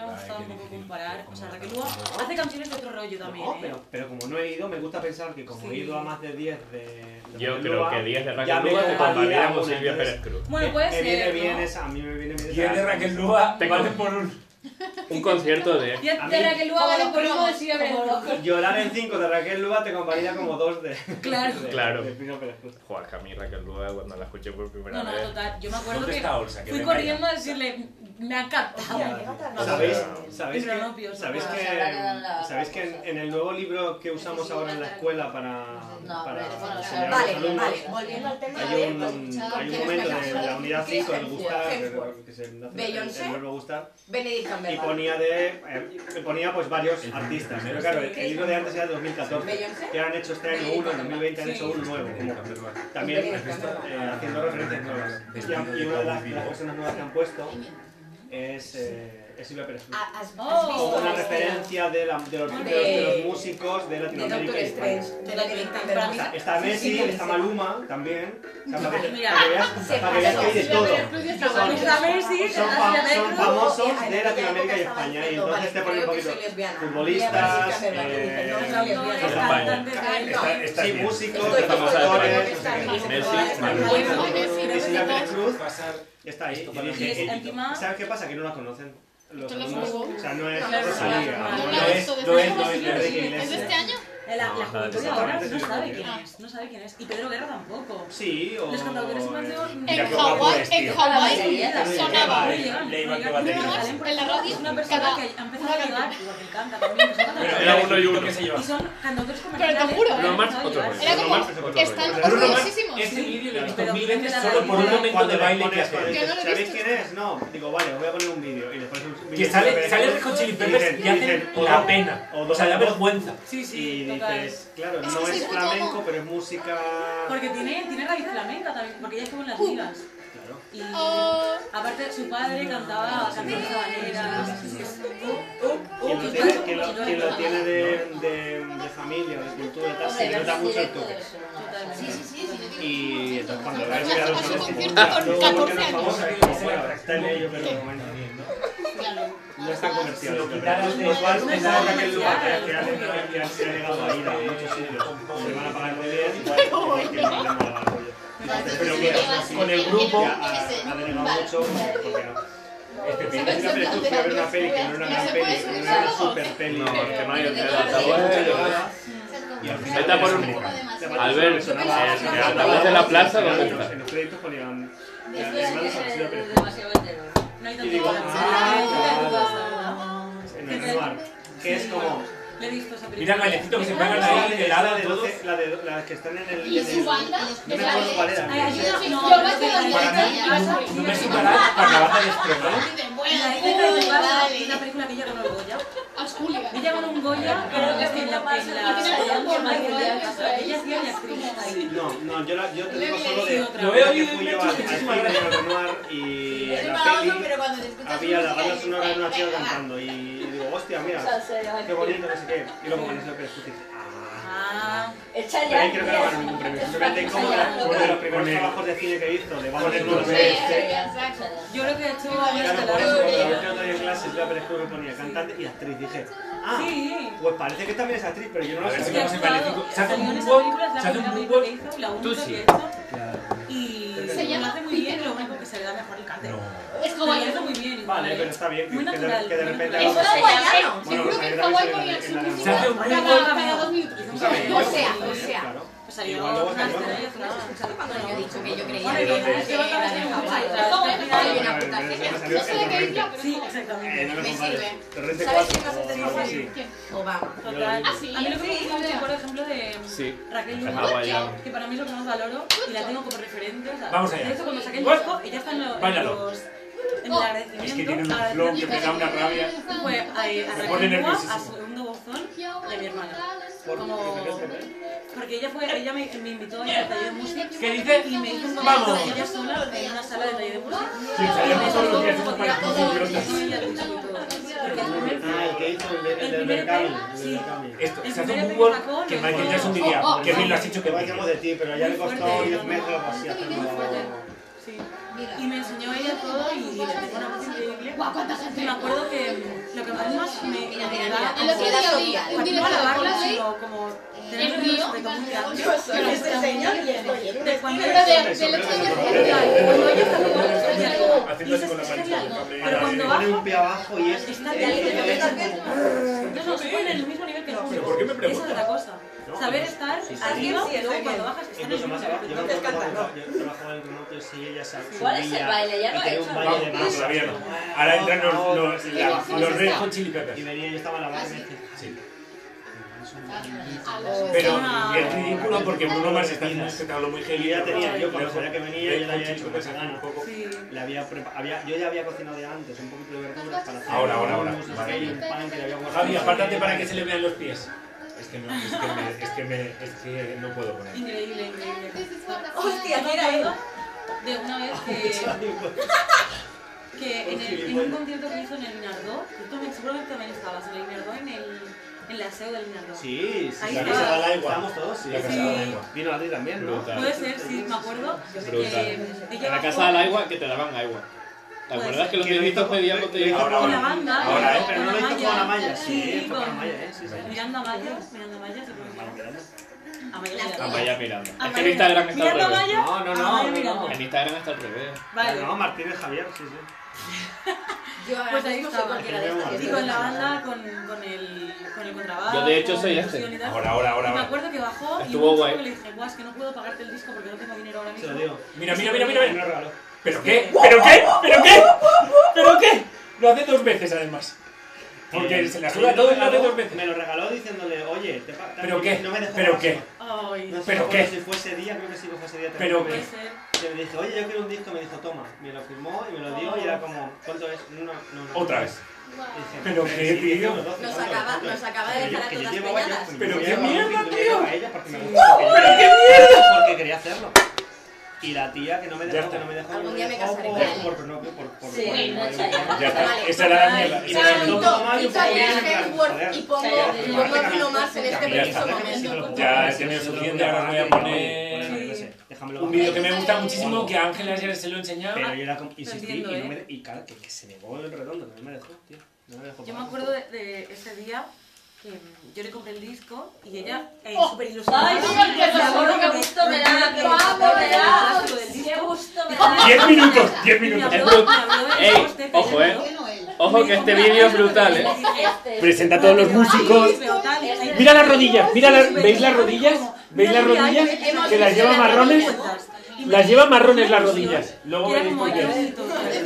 ha gustado un poco comparar. O sea, Raquel Lua hace canciones de otro rollo también.
No,
¿eh?
pero, pero como no he ido, me gusta pensar que como he
Sí.
ido a más de 10 de. de
Yo
Raquel
creo
Lúa,
que 10 de
ya
Raquel
me
Lúa te
valida
convalidan con
una,
Silvia
entonces,
Pérez Cruz.
Bueno,
me-
puede
Me viene
ser,
bien
¿no?
esa, a mí me viene bien esa.
Y el de Raquel Lúa
Te
vale
con-
por un.
Un concierto de...
Y
A
a-
mí-
de Raquel Lua
Como
vale
los
por uno de
cromos,
Silvia Pérez
como
Cruz.
Llorar en 5 de Raquel Lúa te convalida como 2 de.
Claro.
de-
Claro.
de Pino Pérez Cruz.
Joder, que a mí Raquel Lúa cuando la escuché por primera
No, no,
vez...
total. Yo me acuerdo
¿Dónde
que
está Olsa? Que
fui
venga ya.
corriendo a decirle, me ha
O
captado.
sea, ¿Sabéis,
Claro.
sabéis
Pero
que,
no, tío, eso
sabéis
puede
que,
ser, ahora quedan las
sabéis que en,
cosas.
en el nuevo libro que usamos ahora en la escuela para,
No,
para
pero bueno,
enseñar a
Vale,
los alumnos,
vale.
Volviendo al tema
hay un, hay un
Porque
momento
nos
de la unidad 5 del
Chris
gustar,
Hemsworth.
que- que se hace
Beyoncé.
el verbo gustar,
Benedict
y
Cumberbatch.
ponía, de, eh, ponía pues varios artistas. Pero claro, el, el libro de antes era de 2014,
Beyoncé.
que han hecho este año uno, en 2020 han hecho uno nuevo, como también eh, haciendo referencias nuevas. Y, y una de las, de las personas nuevas que han puesto es, eh, es Silvia Pérez. Cruz.
Ah, ¿Has, has
Oh.
Como
visto
una
la escena
referencia de, la- de los, de los- de los músicos de
de
Latinoamérica.
Doctor
y España.
Strange? De Benedict
O
Para mí
Cumberbatch.
sea, está Messi, está Maluma también. O sea, para que,
Mira.
para que veas, para que veas que hay de todo.
Vamos a ver
Son,
si a Silvia
fam-
Pérez
son
Cruz.
famosos de
en aquella época
Latinoamérica y
estaba
España. Y
diciendo,
entonces te
vale,
pone un
creo que
poquito
soy lesbiana.
futbolistas,
Y a ver si Cumberbatch dice, no,
eh,
soy
Autores,
lesbiana.
España.
cantantes,
Claro,
actores.
no.
sí, músicos,
Estoy
Estamos
compositores,
a ver.
no sé
Messi,
qué.
Maluma.
Y Silvia Pérez Cruz
Pasar.
está ahí. Y
Y es
dije, eh,
encima-
¿Sabes qué pasa? Que no la conocen. Los
Yo los
alumnos.
juzgo.
O sea, no es
Claro,
Rosalía.
claro.
no
No
es-
la he visto,
No es-
de
no es- no es-
¿Es de este año?
La, la
No, nada,
juventud de
exactamente,
ahora no
sí,
sabe
sí.
quién es, no sabe quién es. Y Pedro Guerra tampoco.
Sí, o... eh,
Los cantautores más de hoy-
En
qué guapo
Hawái,
eres, tío.
en Hawái
mayoría, la
sonaba.
mayoría, llegan,
Leiva,
llegan.
que va a tener
Pero
que-
salen por la radio es una
cada-
persona que ha empezado a
una
llegar, igual que él canta también. que son cantautores.
Era uno y uno.
que se lleva.
Y son cantautores
te
comerciales.
juro,
que
¿eh?
han
Bruno Mars,
empezado a
otro
llegar.
rollo.
Era
pues.
Bruno
como,
Mars es otro
están
rollo.
Bruno Mars,
odiosísimos.
Este vídeo lo he visto
Pero
mil
mira
veces
la
solo por un
realidad.
momento
Cuando
de
le
baile que
pones,
hace.
Que no lo he
¿Sabéis
visto.
quién es? No, digo, vale, voy a poner un vídeo y después un vídeo
Que sale, sale Red Hot Chili Peppers y hacen la pena.
O
O
dos
sea, la
voz.
vergüenza.
Sí,
Y
sí, total.
dices, claro,
Es
no
que
es
soy muy
flamenco,
tomo.
pero es música...
Porque tiene, tiene raíz flamenca también, porque ella estuvo en las ligas.
Claro.
Y
Uh. Oh,
aparte su padre cantaba canciones habaneras. Uh,
Quien lo tiene, quien lo- quien lo tiene de, de, de familia, de cultura, y tal, se le nota mucho el toque.
Totalmente.
Sí, sí, sí.
Y entonces cuando lo ves
Además,
ya
a
los
su
conoces,
concierto
claro,
con
luego
14
porque no es
años.
famosa, es como, bueno, está en ello, pero de momento
claro.
no es tan comercial.
Si lo
pero
quitaras de-
los bares
no
es
pensaban que
tan
aquel lugar que al final
comercial, obvio.
que han- que han llegado a ir a muchos sitios, se van a pagar muy bien, igual, porque tienen problema de apoyo. Pero que
Con el grupo.
ya ha, ha denegado mucho, porque no. Este pintor siempre tú fue a ver una peli que no era una gran
¿Se
peli,
puede
no
subir
era una
algo?
super peli.
No, porque no hay el
Y al final
Vete a por un-
te sonaba-
Albert,
sonaba-
eh,
sonaba-
el
sonaba-
altavoz de la plaza, ¿dónde
en los-
está?
En los créditos ponían...
Después
ya, hermanos Arcila
de
Pérez.
demasiado entero.
No hay
Y digo,
tanto balance.
ah,
La película de tu
claro.
casa, ¿verdad?
En el Renoir, que es como...
Le he visto esa película.
Mira el bailecito que se
La
pegan ahí,
de, la
helada,
de
todo.
12, la de las que están en el...
¿Y
en
su
el-
banda?
No me acuerdo cuál era.
Ay, ayuda, no,
Yo
no
me
te
quedo
digo,
Para
la
mí,
casa,
no
sí,
me
sí,
superas para la bata de Estrella.
La
Bueno,
isla de tu casa
vale.
es una película que ella ganó el Goya.
As hooligan.
Ella ganó un Goya, pero en la en la en la-
Al final,
en
por
la- en la-
Goya, eso es.
Ella hacía de actriz ahí.
No, no, yo, la, yo te digo
Le-
solo
le-
de...
otra.
Lo veo
que
y
fui
me
yo al al cine
muchísima
de
gracia.
Renoir y
Es
en
para
la
otro,
peli
pero cuando te
pues
escuchas
había la banda
música,
sonora de una
dices,
chica
venga, va.
cantando y digo, hostia, mira, qué bonito, no sé qué. Y luego pones lo que escuché.
Ah,
Echa
Pero ahí creo que no ganó ningún premio. Simplemente como era uno de los primeros trabajos de cine que he visto, de Vamos a
Ponerlo
los
en
yo creo que he hecho varias
Claro, por eso,
caladas.
cuando lo vi el otro día en clase, yo apenas que ponía cantante y actriz. Dije, ah,
Sí.
pues parece que también es actriz, pero yo no
A
lo
ver,
Sí,
si
sabía.
vamos en Valencico. Se hace un
salió en esa
moonwalk,
película, es la
se hace un
primera película que
moonwalk.
hizo, la única
sí.
que hizo, y
Se
lo
llama
hace muy bien,
Peter
lo único que se le da mejor el cante.
Es
Pero lo
hawaiano.
hace muy bien.
Vale, pero está bien,
Muy
que- que de-
natural.
que de
muy
repente
natural. Pues
hagas-
hawaiano.
Bueno,
Seguro
o sea,
que en
que
Hawái
también
ponían
se
su
le- en la-
Se hace
música
un
cada,
moonwalk.
cada dos minutos.
Tú sabes,
O
yo-
sea, o
claro.
sea.
Pues salió
Igual luego
una
salió.
estrella y otra no, salió
Cuando yo he dicho que yo creía
Bueno,
que
y
era
entonces yo
de
la tengo
Hawái.
mucha idea.
¿Cómo es? Hay
Bueno,
una
pero-
puta
pero
serie.
eso
No sé de qué
salió
isla, pero
Sí,
es
Eh, no
exactamente.
lo
Me
compares.
sirve.
Torrente
¿Sabes
4
quién hace
o algo
Hawái?
así.
Obama.
Total.
Sí,
A mí lo que me gusta
sí, sí.
mucho, por ejemplo, de
Sí.
Raquel
Es
Luna,
hawaiano.
que para mí es lo que más valoro y la tengo como referente. O sea,
Vamos allá.
De hecho, cuando saqué el
What?
disco, ella está en, lo- en
Báilalo.
los. En el agradecimiento.
Es que tiene un
agradecimiento
flow que me da una rabia.
Fue a, a
Me pone
Raquel Lua, a
nerviosísimo.
segundo bozón de mi hermana.
Por-
Como-
¿eh?
Porque ella, fue, ella me, me invitó a ir al taller de música
¿Qué dice?
y me hizo un
Vamos.
concierto ella sola en una sala de taller de música.
Sí, sabíamos
Y me
todos los
tocó
que hacemos
como
para
tía,
que
todo,
fueran idiotas.
todo, ella lo hizo todo. Porque el primer
Ah, el que que hizo el, de, el,
El
del
primer
Berkami.
EP,
el
sí.
del Berkami.
Esto,
El
se hace
primer
un Google
Pentagon,
que
el
Michael
Google.
Jackson diría,
Oh, oh,
que bien
oh.
lo has dicho que
Que vayamos de ti, pero ya le
Muy fuerte,
costó 10
¿no?
metros así hacerlo.
Sí.
Mira.
Y me enseñó ella todo y le pegó una voz increíble.
Guau, cuánta gente.
Y me acuerdo que mm, lo que más me
Mira, mira, mira.
me
El otro
da
día vi un
como
directo
la
de
barra,
Coldplay
sino como tener
en
un
Río.
respeto muy grande.
Pero este señor y el
De cuando
Pero de- del otro día
Cuando ella está jugando, está genial.
Haciendo así con la manita.
Pero cuando
Pone
baja,
un pie abajo y es.
está bien. No, no, se pone en el mismo nivel que nosotros.
¿por qué me preguntas?
Esa es la cosa. Saber estar arriba y luego cuando bajas, estar en el
Incluso
mismo
más abajo.
nivel.
Yo me acuerdo cuando yo trabajaba en el Grunote, sí, ella se
¿Cuál es el
subía
baile? Ya
y
lo ha
tenía
hecho.
un baile de
Vamos,
masa.
todavía no. Ahora entran los, los, la- los Red Hot Chili
Y
Peppers.
venía, yo estaba
Ah,
en la barra y me decía,
eh,
Pero
Ah.
es ridículo porque Bruno Mars está haciendo un espectáculo muy
Y
heavy.
yo ya tenía, yo cuando
Red
sabía
Hot-
que venía,
Red
yo ya
Hot
había
Chili
hecho
Peppers
con
hace
ganas.
un poco.
Sí.
Le había prepa- había, yo ya había cocinado de antes un poquito de verduras para hacer.
Ahora, ahora, ahora.
unos
Vale.
rollos, un pan que le había guardado.
Javi, apártate para que se le vean los pies. Es que no, es que me, es que me, es que no puedo poner.
Increíble, increíble.
Hostia,
me
mira
acuerdo
ahí.
de una vez que, que en, el- en un concierto que hizo en el Nardó, que tú me- seguro que también estabas en el Nardó, en el, en la SEO del Nardó.
Sí, sí,
Ahí
la
está.
casa de la agua. Estábamos todos, sí.
La casa de la lengua.
Vino Adri también, ¿no?
Brutal.
Puede ser, sí, me acuerdo.
Brutal.
Que
En
ella
la
bajó
casa del agua que te daban agua. ¿Te
Pues,
acuerdas que los
que lo
viejitos
hizo-
pedían
lo-
botellas?
lo hizo-
Ahora,
Con la
ahora.
banda,
Ahora, ¿eh?
Pero no lo hizo con la malla, sí,
Sí,
fue con la
con-
malla, ¿eh? Sí, sí.
Miranda Amaya, Miranda Amaya, se puede llamar. Amaya Miranda.
Amaya Miranda. Es que en
Amaya.
Instagram está al
Miranda
revés.
Amaya,
No, no, no,
Amaya
no,
Miranda.
En Instagram está al revés.
Vale.
No, Martínez Javier, sí, sí.
Yo ahora
Pues ahí
mismo soy
estaba.
cualquiera de estas.
Y con la banda, con, con, el, con el contrabajo.
Yo, de hecho, soy
con
este.
fusión y tal.
Ahora, ahora, ahora.
Y me
ahora.
acuerdo que bajó y
Estuvo
luego
guay.
que le dije, guau, es que no puedo pagarte el disco porque no tengo dinero ahora
Se
mismo.
lo digo.
Mira, mira, mira, mira.
Me
mira.
lo regaló.
¿Pero qué? ¿Pero qué? ¿Pero qué? ¿Pero qué? Lo hace dos veces además. Porque se le ayuda todo y lo hace dos veces.
Me lo regaló diciéndole, oye, te pa-
¿Pero qué?
No me dejó
¿Pero
más.
qué?
Ay,
No sé
¿Pero
cómo,
qué?
si fue ese día, creo que sí que fue ese día. te
¿Pero
lo
puede
juro.
ser.
Yo le dije, oye, yo quiero un disco, me dijo, toma. Me lo firmó y me lo dio y era como, ¿cuánto es? No, no, no.
Otra vez.
Y dije,
¿Pero qué,
sí,
tío?
los doce,
Nos
¿cuánto?
acaba-
¿cuánto?
nos acaba de
Pero yo-
dejar a
que yo
todas
llevo varios
peñadas.
primeros. Yo
¿Pero qué
llevaba
mierda,
un disco
tío?
para ella porque me gustaba.
¿Pero qué mierda?
Porque quería hacerlo. Y la tía que no me
Ya
dejó,
está.
que no me dejó.
Algún
no
día me
dejó
casaré
por-
con él.
por- por- no, por- por- por-
Sí,
por-
no
por-
sé.
por-
Ya está.
Vale.
Esa era la mierda.
Y
Esa era la
me
mierda.
todo mal,
Quito,
y
quito
fue bien,
el
en plan,
Hemsworth y
joder.
pongo
Cállate.
pongo a Bruno Mars en este
Ya está.
preciso momento.
Ya he tenido suficiente, ahora me voy a poner
Déjamelo
un
bajar.
vídeo que me gusta muchísimo que a Ángela ya se lo he enseñado.
Pero yo era como, insistí
entiendo,
y no
¿eh?
me y claro, que, que se negó el redondo, que no me dejó, tío. No me dejó
Yo me
pagar.
acuerdo de, de ese día que mm, yo le compré el disco y ella, eh,
Oh.
súper ilustrada.
Ay, súper ilustrada.
Qué gusto me da, qué gusto me da. Qué gusto me da.
10 minutos, 10 minutos.
Ey, ojo, eh. Ojo que este vídeo es brutal, eh.
Presenta a todos los músicos. Mira las rodillas, mira las, ¿veis las rodillas? ¿Veis las rodillas? Que las lleva marrones. Las lleva marrones las rodillas. Luego
Era
veréis
como
por
yo.
qué.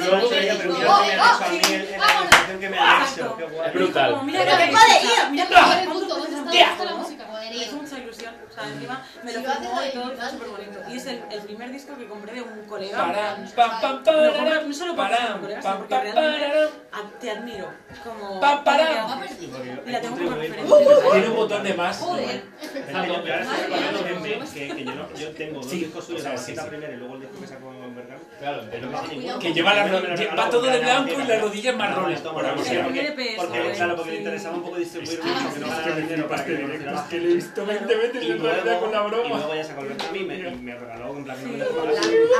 Luego me ella, pero mira lo que me ha hecho a mí, el- el- la canción que me ha hecho, qué guay.
Es brutal.
Mira
Pero-
que jodería, mira que
Por el punto, ¿dónde está- dónde está la música?
Me hizo mucha ilusión, o sea, encima me lo firmó y todo, está súper bonito. Y es el, el primer disco que compré de un colega.
Param, pam, pam,
Lo
pararam,
compré no solo por ser un colega, sino
pam,
porque
pam,
realmente
pararam.
a- te admiro. Como.
Pam, param.
lo que haces. Y la tengo como referencia.
pues, Tiene un botón de más.
Joder.
Es que yo- yo ahora estoy recordando que, que- que yo, no- yo tengo dos
Sí,
discos suyos,
o sea,
la
sí,
banda
sí.
primero y luego el disco que sacó en Bergamo.
Claro, pero
No tengo ninguno.
Que lleva las
Yo me lo
rodillas-
regalaba
va todo de
porque era-
blanco y las rodillas marrones,
Toma,
por
toma,
algo
sí,
sea.
porque-
El PRPS,
Porque,
¿eh?
claro, porque le
Sí.
interesaba un poco distribuir porque no ganara dinero para que lo hiciera la
que
gente.
lo he visto 20 veces
Y
en realidad
luego,
con la
y
broma.
luego ya se convirtió a mí me- y me regaló un plan
Sí.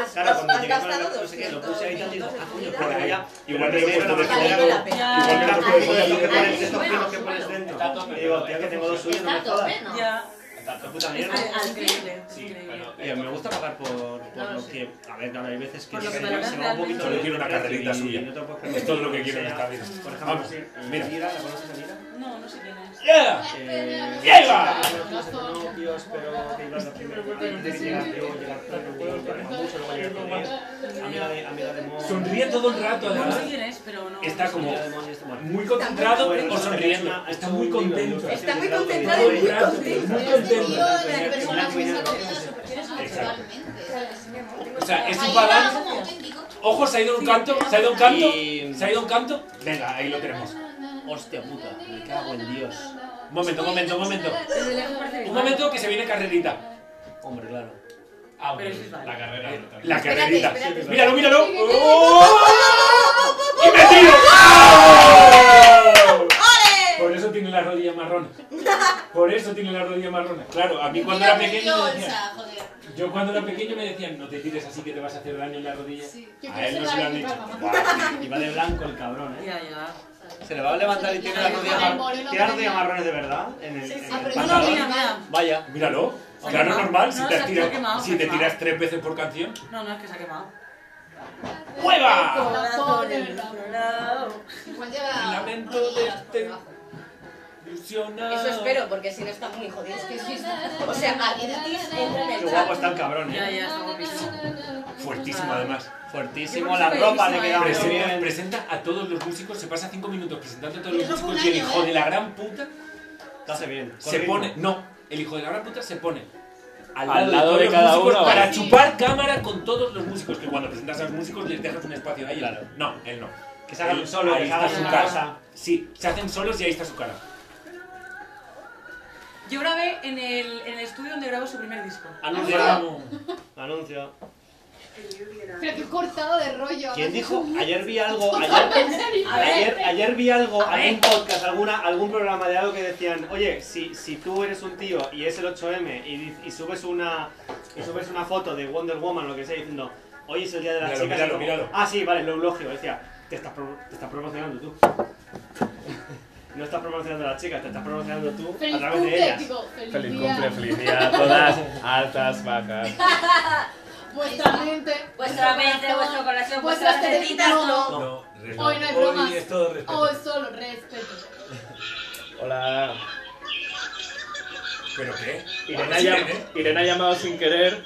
Has-
Claro, cuando
has
llegué con el
gastado
no sé qué, lo puse ahí tanto y digo, ah, coño,
200
por allá. Pero
Igual te lo he
primero
puesto
no me
Valiendo
acuerdo.
la pena.
Ya,
Ah,
Igual que
estos
lo
pelos que
puedes
pones- estos pelos que pones dentro.
Está a tope,
Y digo,
pero
tío,
esto
que tengo dos suyos, no
Está
me
a tope,
jodas.
¿no?
Ya.
La puta
Es
mierda.
al- al increíble, es increíble.
Y a mí me gusta pagar por, por lo que. A ver, claro, hay veces que
Por lo que
se,
valoras
se va un poquito.
realmente.
de
Yo quiero una
precio
carrerita
y
suya.
no te puedes permitir
Esto es lo que quiero en
sea,
esta vida.
Por ejemplo,
Vamos,
sí,
mira.
Mira, ¿la conoces a Mira?
No, no sé quién es.
¡Yeah!
Eh,
¡Llega!
No sé, no, tíos, pero que ibas a primero. Antes de llegar, luego llegar tarde, luego llegar mucho, luego llegar con días. Amiga de- amiga de Mon.
Sonríe todo el rato,
No
además.
sé quién es, pero no.
Está como-
Amiga de Mon y esto, bueno.
Muy concentrado
Bueno,
o sonriendo.
ha hecho
Está
un
muy
libro,
contento.
¿no?
Está muy
Todo
concentrado y muy
blanco,
contento.
Muy
blanco, blanco,
contento.
de la persona
blanco y
que se ha
negro.
comido su persona
Exacto.
totalmente.
O sea, es un
Ahí era
balance.
como auténtico.
Ojo, se ha ido un canto, se ha ido un canto,
Y-
se ha ido un canto. Venga, ahí lo tenemos.
Hostia puta, me cago en Dios.
Un momento, un momento, un momento.
Desde lejos parece
Un
igual.
momento que se viene carrerita.
Hombre, claro.
Ah,
Pero
bueno,
sí es
la carrera. La
Espérate,
carrerita.
espérate.
Míralo, míralo. ¡Oh! ¡Y me tiro! ¡Oh! eso tiene las rodillas marrones. Claro, a mí cuando era pequeño. me decían- Yo cuando era pequeño me decían, no te tires así que te vas a hacer daño en la rodilla.
Yo
A
quiero
él
ser
no se lo
la
han
Lady
dicho.
Gaga.
Y va de blanco el cabrón, ¿eh?
Ya, ya.
Se le va a levantar y tiene las rodillas, mar- tiene
Moreno
las
tenía-
rodillas marrones de verdad. En el, en el
Ah, pero no,
pantalón.
no, mira, mira.
Vaya.
Míralo.
Se ha
Claro,
quemado.
normal, si
No,
te,
se
has
ha
tirado-
quemado, se
si
ha
te
quemado.
tiras tres veces por canción.
No, no, es que se ha quemado.
¡Hueva!
Corazón de verdad.
Igual
Ah,
lleva
Lamento
rodillas
de
por
este-
debajo.
Ilusionado.
Eso espero, porque si no está muy jodido. Es que sí está- O sea, a Dirtis
Qué guapo está el cabrón,
Ya,
eh.
ya, está guapísimo.
Fuertísimo, además.
Fuertísimo, la ropa le queda muy
Presenta,
bien.
presenta a todos los músicos, se pasa cinco minutos presentando a todos
Pero
los
eso fue
músicos y
un
el
año,
hijo
¿eh?
de la gran puta
Lo hace bien. con
se
ritmo.
pone. No, el hijo de la gran puta se pone. Al
Al
lado,
lado
de,
de
todos
cada
los músicos
uno,
para
vale.
chupar cámara con todos los músicos. Que cuando presentas a los músicos les dejas un espacio a ellos. No, él no.
Que se hagan
Él-
un solo,
ahí
que se
está
hagan
su
una
cara.
cosa.
Sí, se hacen solos y ahí está su cara.
Yo grabé en el, en el estudio donde grabó su primer disco.
Ah, Anunciamos.
Anuncio.
Pero qué cortado de rollo.
¿Quién
¿no?
dijo? Ayer vi algo. Ayer,
¿En serio?
ayer, ayer vi algo, algún podcast, alguna, algún programa de algo que decían, oye, si, si tú eres un tío y es el 8M y, di- y subes una y subes una foto de Wonder Woman o lo que sea diciendo, hoy es el día de las
Míralo,
chicas. y
míralo,
como,
míralo.
Ah, sí, vale, lo elogio. Decía, te estás, pro- te estás promocionando tú. No estás promocionando a las chicas, te estás promocionando tú a
Feliz
través de
cumple,
ellas.
digo. Feliz,
Feliz
día.
cumple, feliz día a todas, altas, bajas.
Vuestra mente.
Vuestra mente, vuestro corazón,
Vuestras
vuestras tetitas, no.
No, hoy no hay bromas. Hoy es todo respeto. Hoy solo respeto.
Hola.
¿Pero qué?
Irene ha, llam- Irene ha llamado sin querer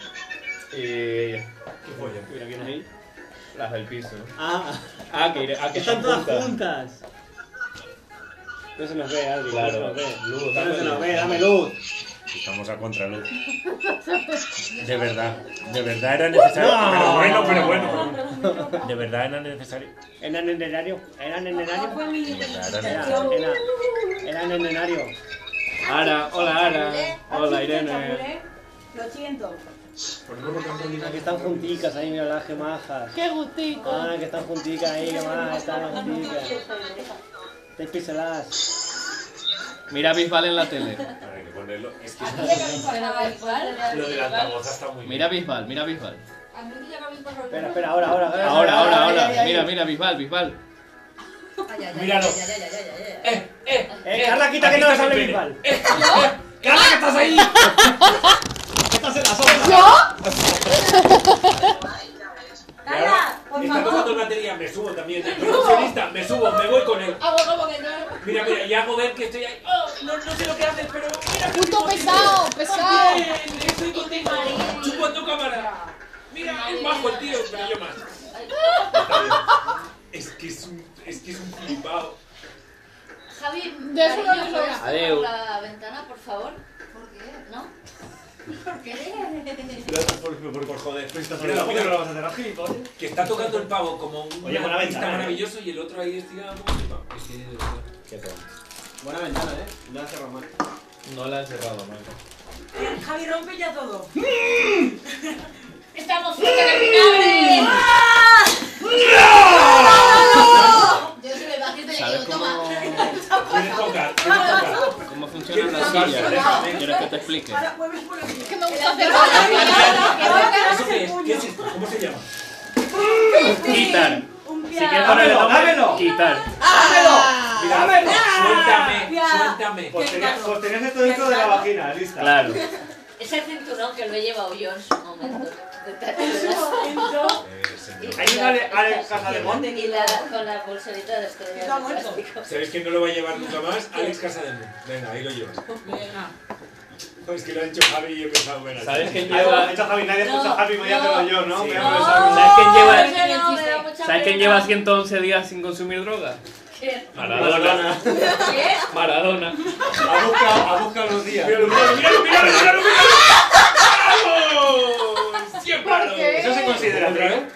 y...
¿Qué polla?
Mira, ¿quién es ahí? Las del piso. ¿no?
Ah,
Ah, que, Irene- ah, que
están
son
todas
juntas.
juntas. No se nos ve, Adri.
Claro.
No se nos ve.
Luz,
no
dame
se
luz.
nos ve, dame luz.
Estamos a contraluz. De verdad, de verdad era necesario.
Pero bueno, pero bueno.
Bueno,
pero bueno. De verdad era necesario.
Era en el erario. Era en el
No
erario.
fue mi
De verdad era
Era,
necesario.
era, era en el erario.
Ara, hola Ara. Hola Irene.
Lo siento.
Que están junticas ahí, mira las gemajas.
Qué gustico.
Ah, que están junticas ahí, nomás. Están junticas. Te piseladas.
Mira a Bisbal en la tele.
Hay que ponerlo. Es que
Lo del altavoz está muy bien.
Mira a Bisbal, mira a Bisbal.
Espera, espera, ahora, ahora. Ahora,
Ahora, ahora,
ahí,
ahora.
ahí, ahí.
Mira, mira, Bisbal, Bisbal.
Míralo.
Míralo.
Eh, Carla, quita que no nos
está mi
hable
pene.
Bisbal.
¡Carla, que estás ahí!
Estás en la sombra.
Carla,
Me
por
está
favor.
tocando el batería, me subo también. El percusionista, me subo, me voy con él.
Hago como que Ah, no.
Mira, mira, y hago ver que estoy ahí. Oh, no, no sé lo que haces, pero mira. qué
Puto
emoción.
pesado, pesado.
Bien, estoy contigo. Chupando cámara. Mira, es bajo el tío, pero yo más. Es que es un, es que es un flipado.
Javi,
De eso
cariño,
no me
¿puedes
suena.
cerrar
Adeu.
la ventana, por favor? ¿Por qué? ¿No? ¿Por qué?
Por, por, por joder. Pues estás
Pero
en la
joder.
sombra, lo vas a hacer así, ¿vale?
Que está tocando el pavo como un
Oye, buena
artista
ventana, ¿eh?
maravilloso y el otro ahí estirado. Es que de verdad.
Buena ventana, eh.
Lo hace Román.
No la he cerrado, man.
Javi rompe ya todo.
Estamos interminables.
Yo se le bajé y le
¿Sabes
digo,
cómo,
toma.
¿Quieres tocar? ¿Quieres tocar?
cómo funcionan las sillas? ¿Quieres que te explique?
Es que me gusta hacer cosas.
¿Eso qué es? ¿Qué es esto? ¿Cómo se llama?
Quitar. Si quieres
¡Dámelo,
ponerle nombre,
dámelo!
quitar.
Ah,
Ah,
Mira, suéltame, suéltame.
Pues
Qué
tenías,
caro.
pues tenías esto dentro de la vagina, lista.
Claro.
Es el cinturón que lo he llevado yo en su momento. De tal-
Eh, señor.
Hay una de Ale Casademont.
Y la, con la pulserita
este
de estrellas de plástico.
¿Sabes que no lo va a llevar nunca más? Alex Casademont. Venga, ahí lo llevas.
Venga.
Es que lo ha dicho Javi y he pensado, bueno.
¿Sabes quién
Ah, bueno,
lleva,
De hecho, Javi, nadie escucha a Javi, voy a hacerlo yo, ¿no?
Sí.
Voy a
No.
aprovechar.
¿sabes quién lleva-
no, me Oh, da mucha
¿sabes quién
pena. ¿Eh?
lleva 111 días sin consumir droga?
¿Qué?
Maradona. Maradona.
Ha buscado, ha buscado los días.
Míralo, míralo, míralo, míralo, míralo, míralo. ¡Vamos! ¡Siempre!
¿Por qué?
Eso se considera
¿Otra
droga.
vez?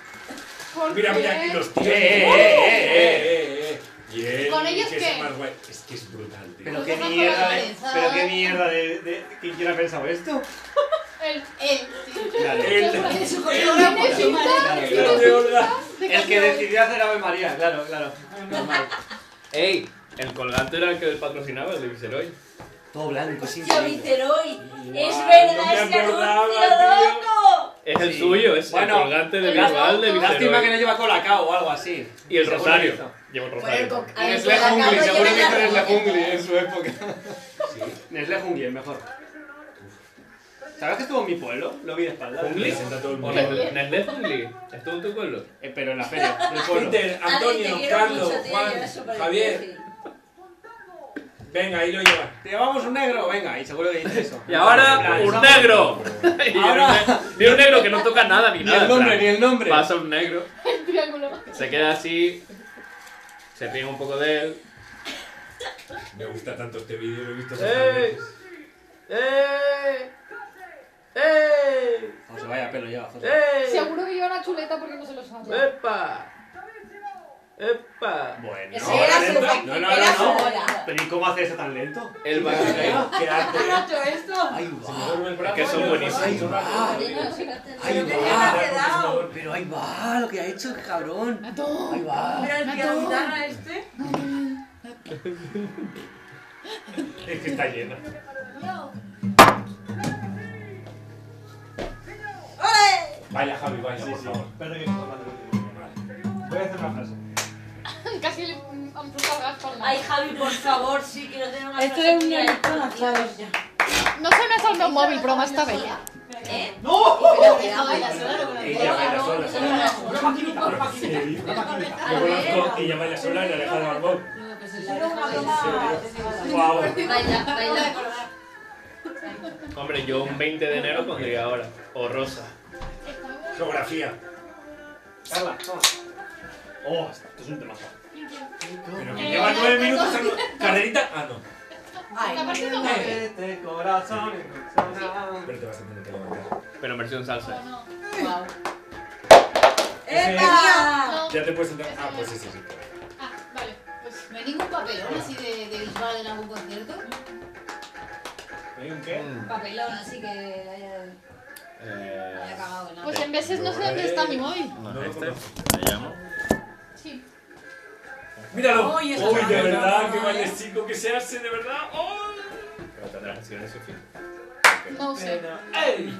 ¿Por
Mira,
qué?
mira, aquí los tíos.
Eh, eh, eh,
eh, eh, eh. Bien,
¿Con ellos
que sea
qué?
más guay. Es que es brutal, tío.
Pero qué mierda de. Pero qué mierda de. de ¿Quién quiera pensado esto?
El,
Claro.
El,
tiene pinta,
Claro,
tiene
claro.
de verdad.
pinta de
El que
no-
decidió hacer Ave María, claro, claro. Normal.
Ey, el colgante era el que patrocinaba el de Viceroy.
Todo blanco, es
Tío
increíble.
Viceroy, es
Guau,
verdad
no me
ese
acordaba,
anuncio, loco.
Es el suyo, es el colgante de Bisbal de Viceroy.
Lástima que no lleva colacao o algo así.
Y el
Seguro
rosario.
hizo.
Llevo el
Bueno,
rosario.
con-
también.
a ver, Nestlé colacao Hungry, lleva seguro que hizo la Nestlé Hungry
Jungli en su época. Sí. Nestlé Jungli, el mejor. ¿Sabes que estuvo en mi pueblo? Lo vi de espaldas.
¿Jungli? Nestlé- ¿Nestlé Jungli? ¿Estuvo en tu pueblo?
Eh, pero en la feria del pueblo.
Peter,
Adri, te
Antonio,
quiero
Carlos,
mucho, te voy a
Juan,
llevar súper
Javier.
difícil.
Venga, ahí lo llevas.
Llevamos un negro, venga, y seguro que dice eso.
Y ahora un negro. Y
Ahora-
un ne- y un negro que no toca nada ni
Ni
nada.
el nombre,
en plan,
ni el nombre.
Pasa un negro,
El triángulo.
se queda así, se ríen un poco de él.
Me gusta tanto este vídeo, lo he visto
¡Eh! ¡Eh! ¡Eh!
José, vaya pelo lleva, José.
Seguro que lleva una chuleta porque no se los sabe.
¡Epa! ¡Epa!
Bueno,
Ese era
ahora
su
lento.
pa-
no, no,
era
no,
su
no.
hora.
Pero ¿y cómo hace eso tan lento?
El
bacaneo. Qué arte.
Es que son
Ahí
buenísimos.
va. Ahí va. Pero ahí va lo que ha hecho el cabrón. Ahí va.
Pero el
Mató.
guitarra este.
Es que está llena.
Vaya, Javi, vaya, por favor.
Voy a hacer una frase.
Casi le mm, han puesto al Gaspar. mal.
Ay, Javi, por favor, sí, quiero tener una
Esto
frase
es una
tuya.
icona, chavos, No se me ha salvado un móvil, broma, está bella.
¿Eh?
¡No!
Pero que la baila sola, lo conozco.
Ella baila sola.
Una maquinita, una maquinita.
Yo conozco ella baila sola en Alejandro Barbón.
Guau.
Baila, baila.
Hombre, yo un 20 de enero pondría ahora. O rosa.
Geografía.
Carla, toma. Oh, esto es un tema.
Pero que lleva Eh, nueve minutos en carrerita. Ah, no.
Este corazón encontrará.
Pero te vas a tener que levantar.
Pero en versión salsa.
Ya te puedes sentar. Ah, pues ese sí.
Vale, pues.
¿No hay ningún papelón así de, de Bisbal en algún concierto?
¿Hay un qué?
Papelón así que haya, haya cagado en algo.
Pues en veces no sé dónde está mi móvil.
Eh, No, este. ¿Me llamo?
Sí.
Míralo.
Uy,
Uy,
esa
de
cara.
verdad, qué bailecito que se hace, de verdad. ¡Oh!
Pero tendrás que seguir en su fin.
No sé.
¡Ey!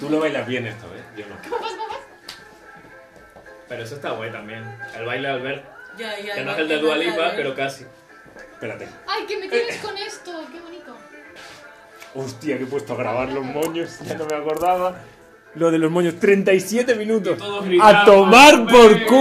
Tú lo bailas bien esto, ¿eh? Yo no.
Pero eso está guay también. El baile de Albert.
Ya, ya,
que no
ya,
es el de
ya,
Dua
ya,
Lipa,
ya.
pero casi.
Espérate.
Ay, que me tienes con esto, qué bonito.
Hostia, que he puesto a grabar los moños, ya no me acordaba. Lo de los moños, 37 minutos.
Todos
A
gritaban,
tomar por culo.